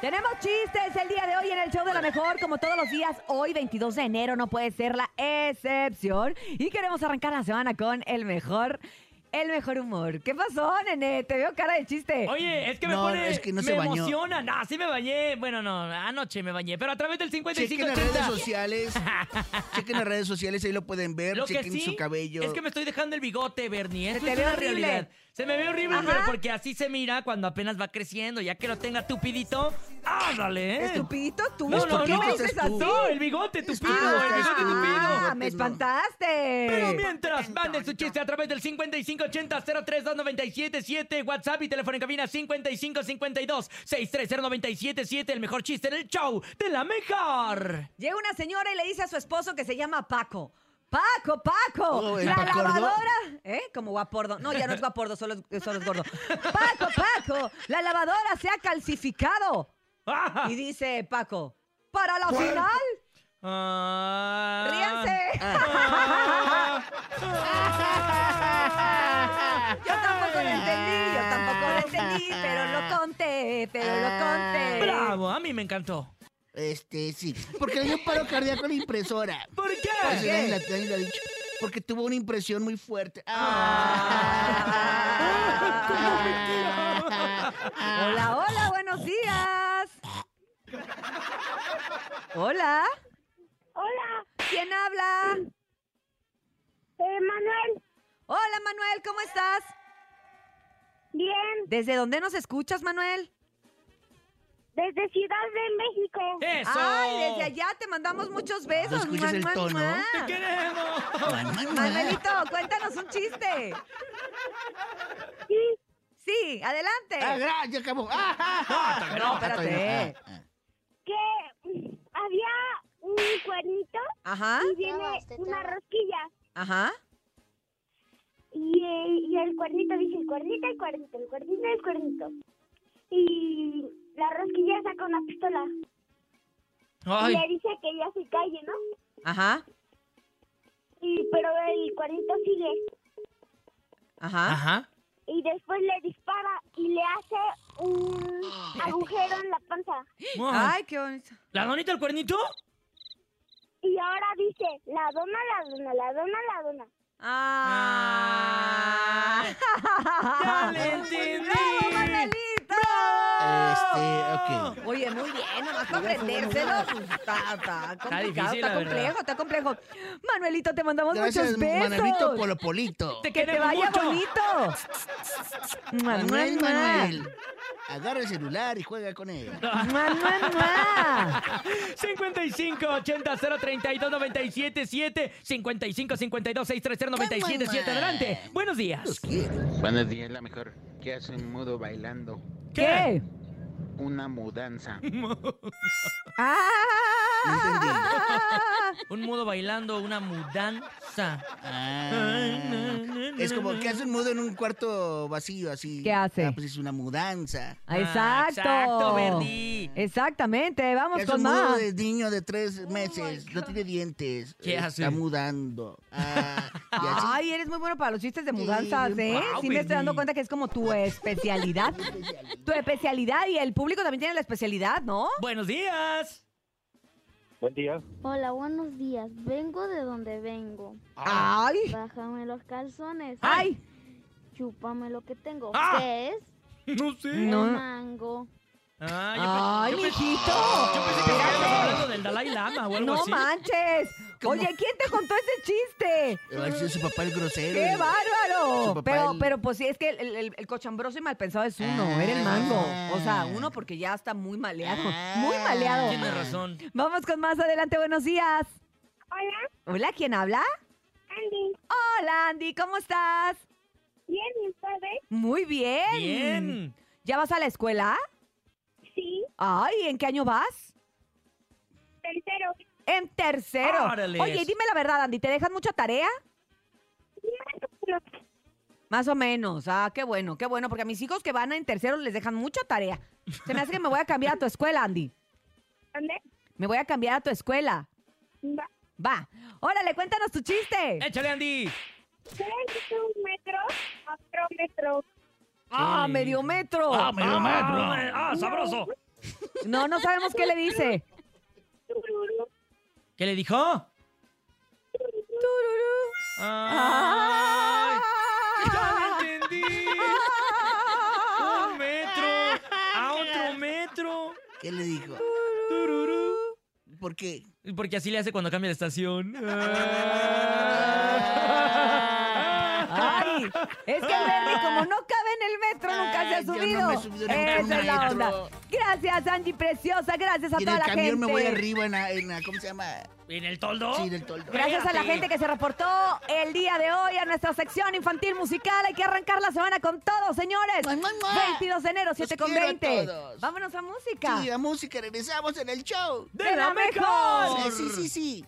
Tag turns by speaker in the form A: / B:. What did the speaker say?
A: Tenemos chistes el día de hoy en el show de la mejor, como todos los días. Hoy, 22 de enero, no puede ser la excepción. Y queremos arrancar la semana con el mejor, el mejor humor. ¿Qué pasó, nene? Te veo cara de chiste.
B: Oye, es que
C: No,
B: me pone.
C: es que no
B: me
C: se bañó.
B: emociona. No, sí me bañé. Bueno, no, anoche me bañé. Pero a través del
C: Chequen las redes
B: 5580.
C: sociales. chequen las redes sociales, ahí lo pueden ver.
B: Lo que
C: chequen
B: sí
C: su cabello.
B: es que me estoy dejando el bigote, Bernie. Eso
A: te
B: es
A: ve
B: una
A: horrible.
B: realidad. Se me ve horrible,
A: Ajá.
B: pero porque así se mira cuando apenas va creciendo. Ya que lo tenga tupidito, ándale. ¿eh?
A: Estupidito tú.
B: No, no,
A: ¿Por qué
B: no,
A: me dices
C: estás
A: así?
C: tú.
B: No, el bigote tupido, el
C: Ah,
B: bigote tupido.
A: Ah,
C: tupido.
A: me
C: Bigotes, no.
A: espantaste.
B: Pero mientras, manden su chiste a través del 5580-032977, WhatsApp y teléfono en cabina 5552-630977, el mejor chiste en el show de la mejor.
A: Llega una señora y le dice a su esposo que se llama Paco. Paco, Paco,
C: Oh, ¿el
A: la
C: Pacordo?
A: lavadora, ¿eh? Como guapordo. No, ya no es guapordo, solo es, solo es gordo. Paco, Paco, la lavadora se ha calcificado.
B: ¡Ah!
A: Y dice Paco, para la final,
B: Ah.
A: ríanse.
B: Ah.
A: Yo tampoco lo entendí, yo tampoco lo entendí, pero lo conté, pero lo conté.
B: ¡Bravo! A mí me encantó.
C: Este, sí. Porque le dio paro cardíaco a la impresora.
B: ¿Por
C: Así
B: qué?
C: nadie la- nadie lo ha dicho. Porque tuvo una impresión muy fuerte.
A: Ah. Hola, hola, buenos días. Hola,
D: Hola,
A: ¿quién habla?
D: eh, Manuel.
A: Hola, Manuel, ¿cómo estás?
D: Bien,
A: ¿Desde dónde nos escuchas, Manuel?
D: desde Ciudad de México.
B: ¡Eso!
A: Ay, desde allá te mandamos muchos besos.
C: ¿No escuchas el
A: Muah, muah,
C: tono?
A: muah.
B: ¡Te queremos!
C: Ah,
A: Manuelito, cuéntanos un chiste.
D: Sí,
A: Sí,
C: Ah,
A: adelante.
C: gra- ya acabó. Ah, ah, ah.
A: No, espérate.
C: todavía no. Ah, ah.
D: que mm, había un cuernito
A: Ajá,
D: y viene una rosquilla.
A: ajá.
D: Y, eh, y el cuernito dice, el cuernito, el cuernito, el cuernito, el cuernito. Y la rosquilla saca una pistola y
B: Ay,
D: le dice que ya se calle, ¿no?
A: Ajá,
D: Y, pero el cuernito sigue
A: ajá.
B: ajá.
D: y después le dispara y le hace un agujero en la panza.
A: Ay, qué bonito.
B: ¿La donita el cuernito?
D: Y ahora dice, la dona, la dona, la dona, la dona.
A: Ah.
C: Ah.
B: ¡Ya le entendí!
A: ¡Bravo, Manuelito!
C: Ah, Este, ok.
A: Oye, muy bien, nomás para aprendérselo. Está, está complicado,
B: difícil,
A: está
B: la verdad.
A: complejo, está complejo. Manuelito, te mandamos
C: Gracias,
A: muchos besos.
C: Manuelito Polopolito.
B: ¡Te
A: Que te
B: queremos
A: vaya
B: mucho!
A: bonito. Mua,
C: Manuel,
A: mua, mua.
C: Manuel. Agarra el celular y juega con él.
A: Mua, mua, mua.
B: 55 80 032 97 7 55 52 630 97 7 Adelante. Buenos días.
C: Los quiero.
E: Buenos días, la mejor. ¿Qué hace un mudo bailando?
A: ¿Qué?
E: Una mudanza.
C: No entendí.
A: Ah.
B: Un mudo bailando una mudanza.
C: Ah, es como que hace un mudo en un cuarto vacío, así.
A: ¿Qué hace?
C: Ah, pues es una mudanza.
A: Ah, Exacto.
B: Exacto, Verdi.
A: Exactamente, vamos
C: Que hace
A: con
C: un mudo
A: más. Oh
C: de niño de tres meses, no tiene dientes.
B: ¿Qué
C: eh,
B: hace?
C: Está mudando. Ah, y así.
A: Ay, eres muy bueno para los chistes de mudanzas,
C: bien
A: ¿eh?
B: bravo,
A: Sí me estoy dando
B: baby.
A: cuenta que es como tu especialidad. tu especialidad y el público también tiene la especialidad, ¿no?
B: Buenos días.
F: Buen día.
G: Hola, buenos días. Vengo de donde vengo.
C: Ah.
A: Ay.
G: Bájame los calzones.
A: Ay.
G: Chúpame lo que tengo.
B: Ah.
G: ¿Qué es?
B: No sé.
A: No.
G: El mango.
B: Ah,
A: Ay, mijito.
B: Yo pensé que estábamos hablando del Dalai Lama o algo
A: No
B: así.
A: manches. Oye, ¿quién te contó ese chiste?
C: Pero así es Eh, su papá el grosero.
A: ¡Qué
C: el- Su
A: bárbaro!
C: papá,
A: Pero,
C: el- Ah.
A: pero pues sí, es que el, el- el cochambroso y mal pensado es uno, era el mango. O sea, uno porque ya está muy maleado. Muy maleado.
B: Tiene Ah. razón.
A: Vamos con más adelante, buenos días.
D: Hola,
A: Hola, ¿quién habla?
D: Andy.
A: Hola, Andy, ¿cómo estás?
D: Bien, ¿y ustedes?
A: Muy bien.
B: Bien.
A: ¿Ya vas a la escuela?
D: Sí,
A: Ay, ¿en qué año vas?
D: tercero.
A: En tercero.
B: Órale.
A: Oye, y dime la verdad, Andy, ¿te dejan mucha tarea? Más o menos. Ah, qué bueno, qué bueno, porque a mis hijos que van en tercero les dejan mucha tarea. Se me hace que me voy a cambiar a tu escuela, Andy.
D: ¿Dónde?
A: Me voy a cambiar a tu escuela.
D: Va.
A: Va. Órale, cuéntanos tu chiste.
B: Échale, Andy.
D: ¿Ustedes un metro? Otro metro.
A: Ah, medio metro.
B: medio metro. Ah, sabroso.
A: No, no sabemos qué le dice.
B: ¿Qué le dijo?
A: Tururú.
B: ¡Ay!
A: Ah.
B: ¡Ya lo entendí! ¡Un metro! ¡A otro metro!
C: ¿Qué le dijo?
B: Tururú.
C: ¿Por qué?
B: Porque así le hace cuando cambia de estación.
C: Ah.
A: Ay, es que el Bernie, como no cabe en el metro, nunca se ha
C: Ay, yo no
A: subido.
C: me he subido nunca en un
A: Esa es la
C: metro.
A: onda. Gracias, Angie Preciosa. Gracias a
C: Y en
A: toda
C: el
A: la
C: camión
A: gente.
C: me voy arriba en la, en la- ¿cómo se llama?
B: ¿En el toldo?
C: Sí, del toldo.
A: Gracias a la gente que se reportó el día de hoy a nuestra sección infantil musical. Hay que arrancar la semana con todo, señores.
C: Mua, mua, mua.
A: 22 de enero, 7 con
C: quiero a
A: 20.
C: todos.
A: Vámonos a música.
C: Sí, la música, regresamos en el show.
B: ¡De la mejor!
C: Sí, sí, sí, sí.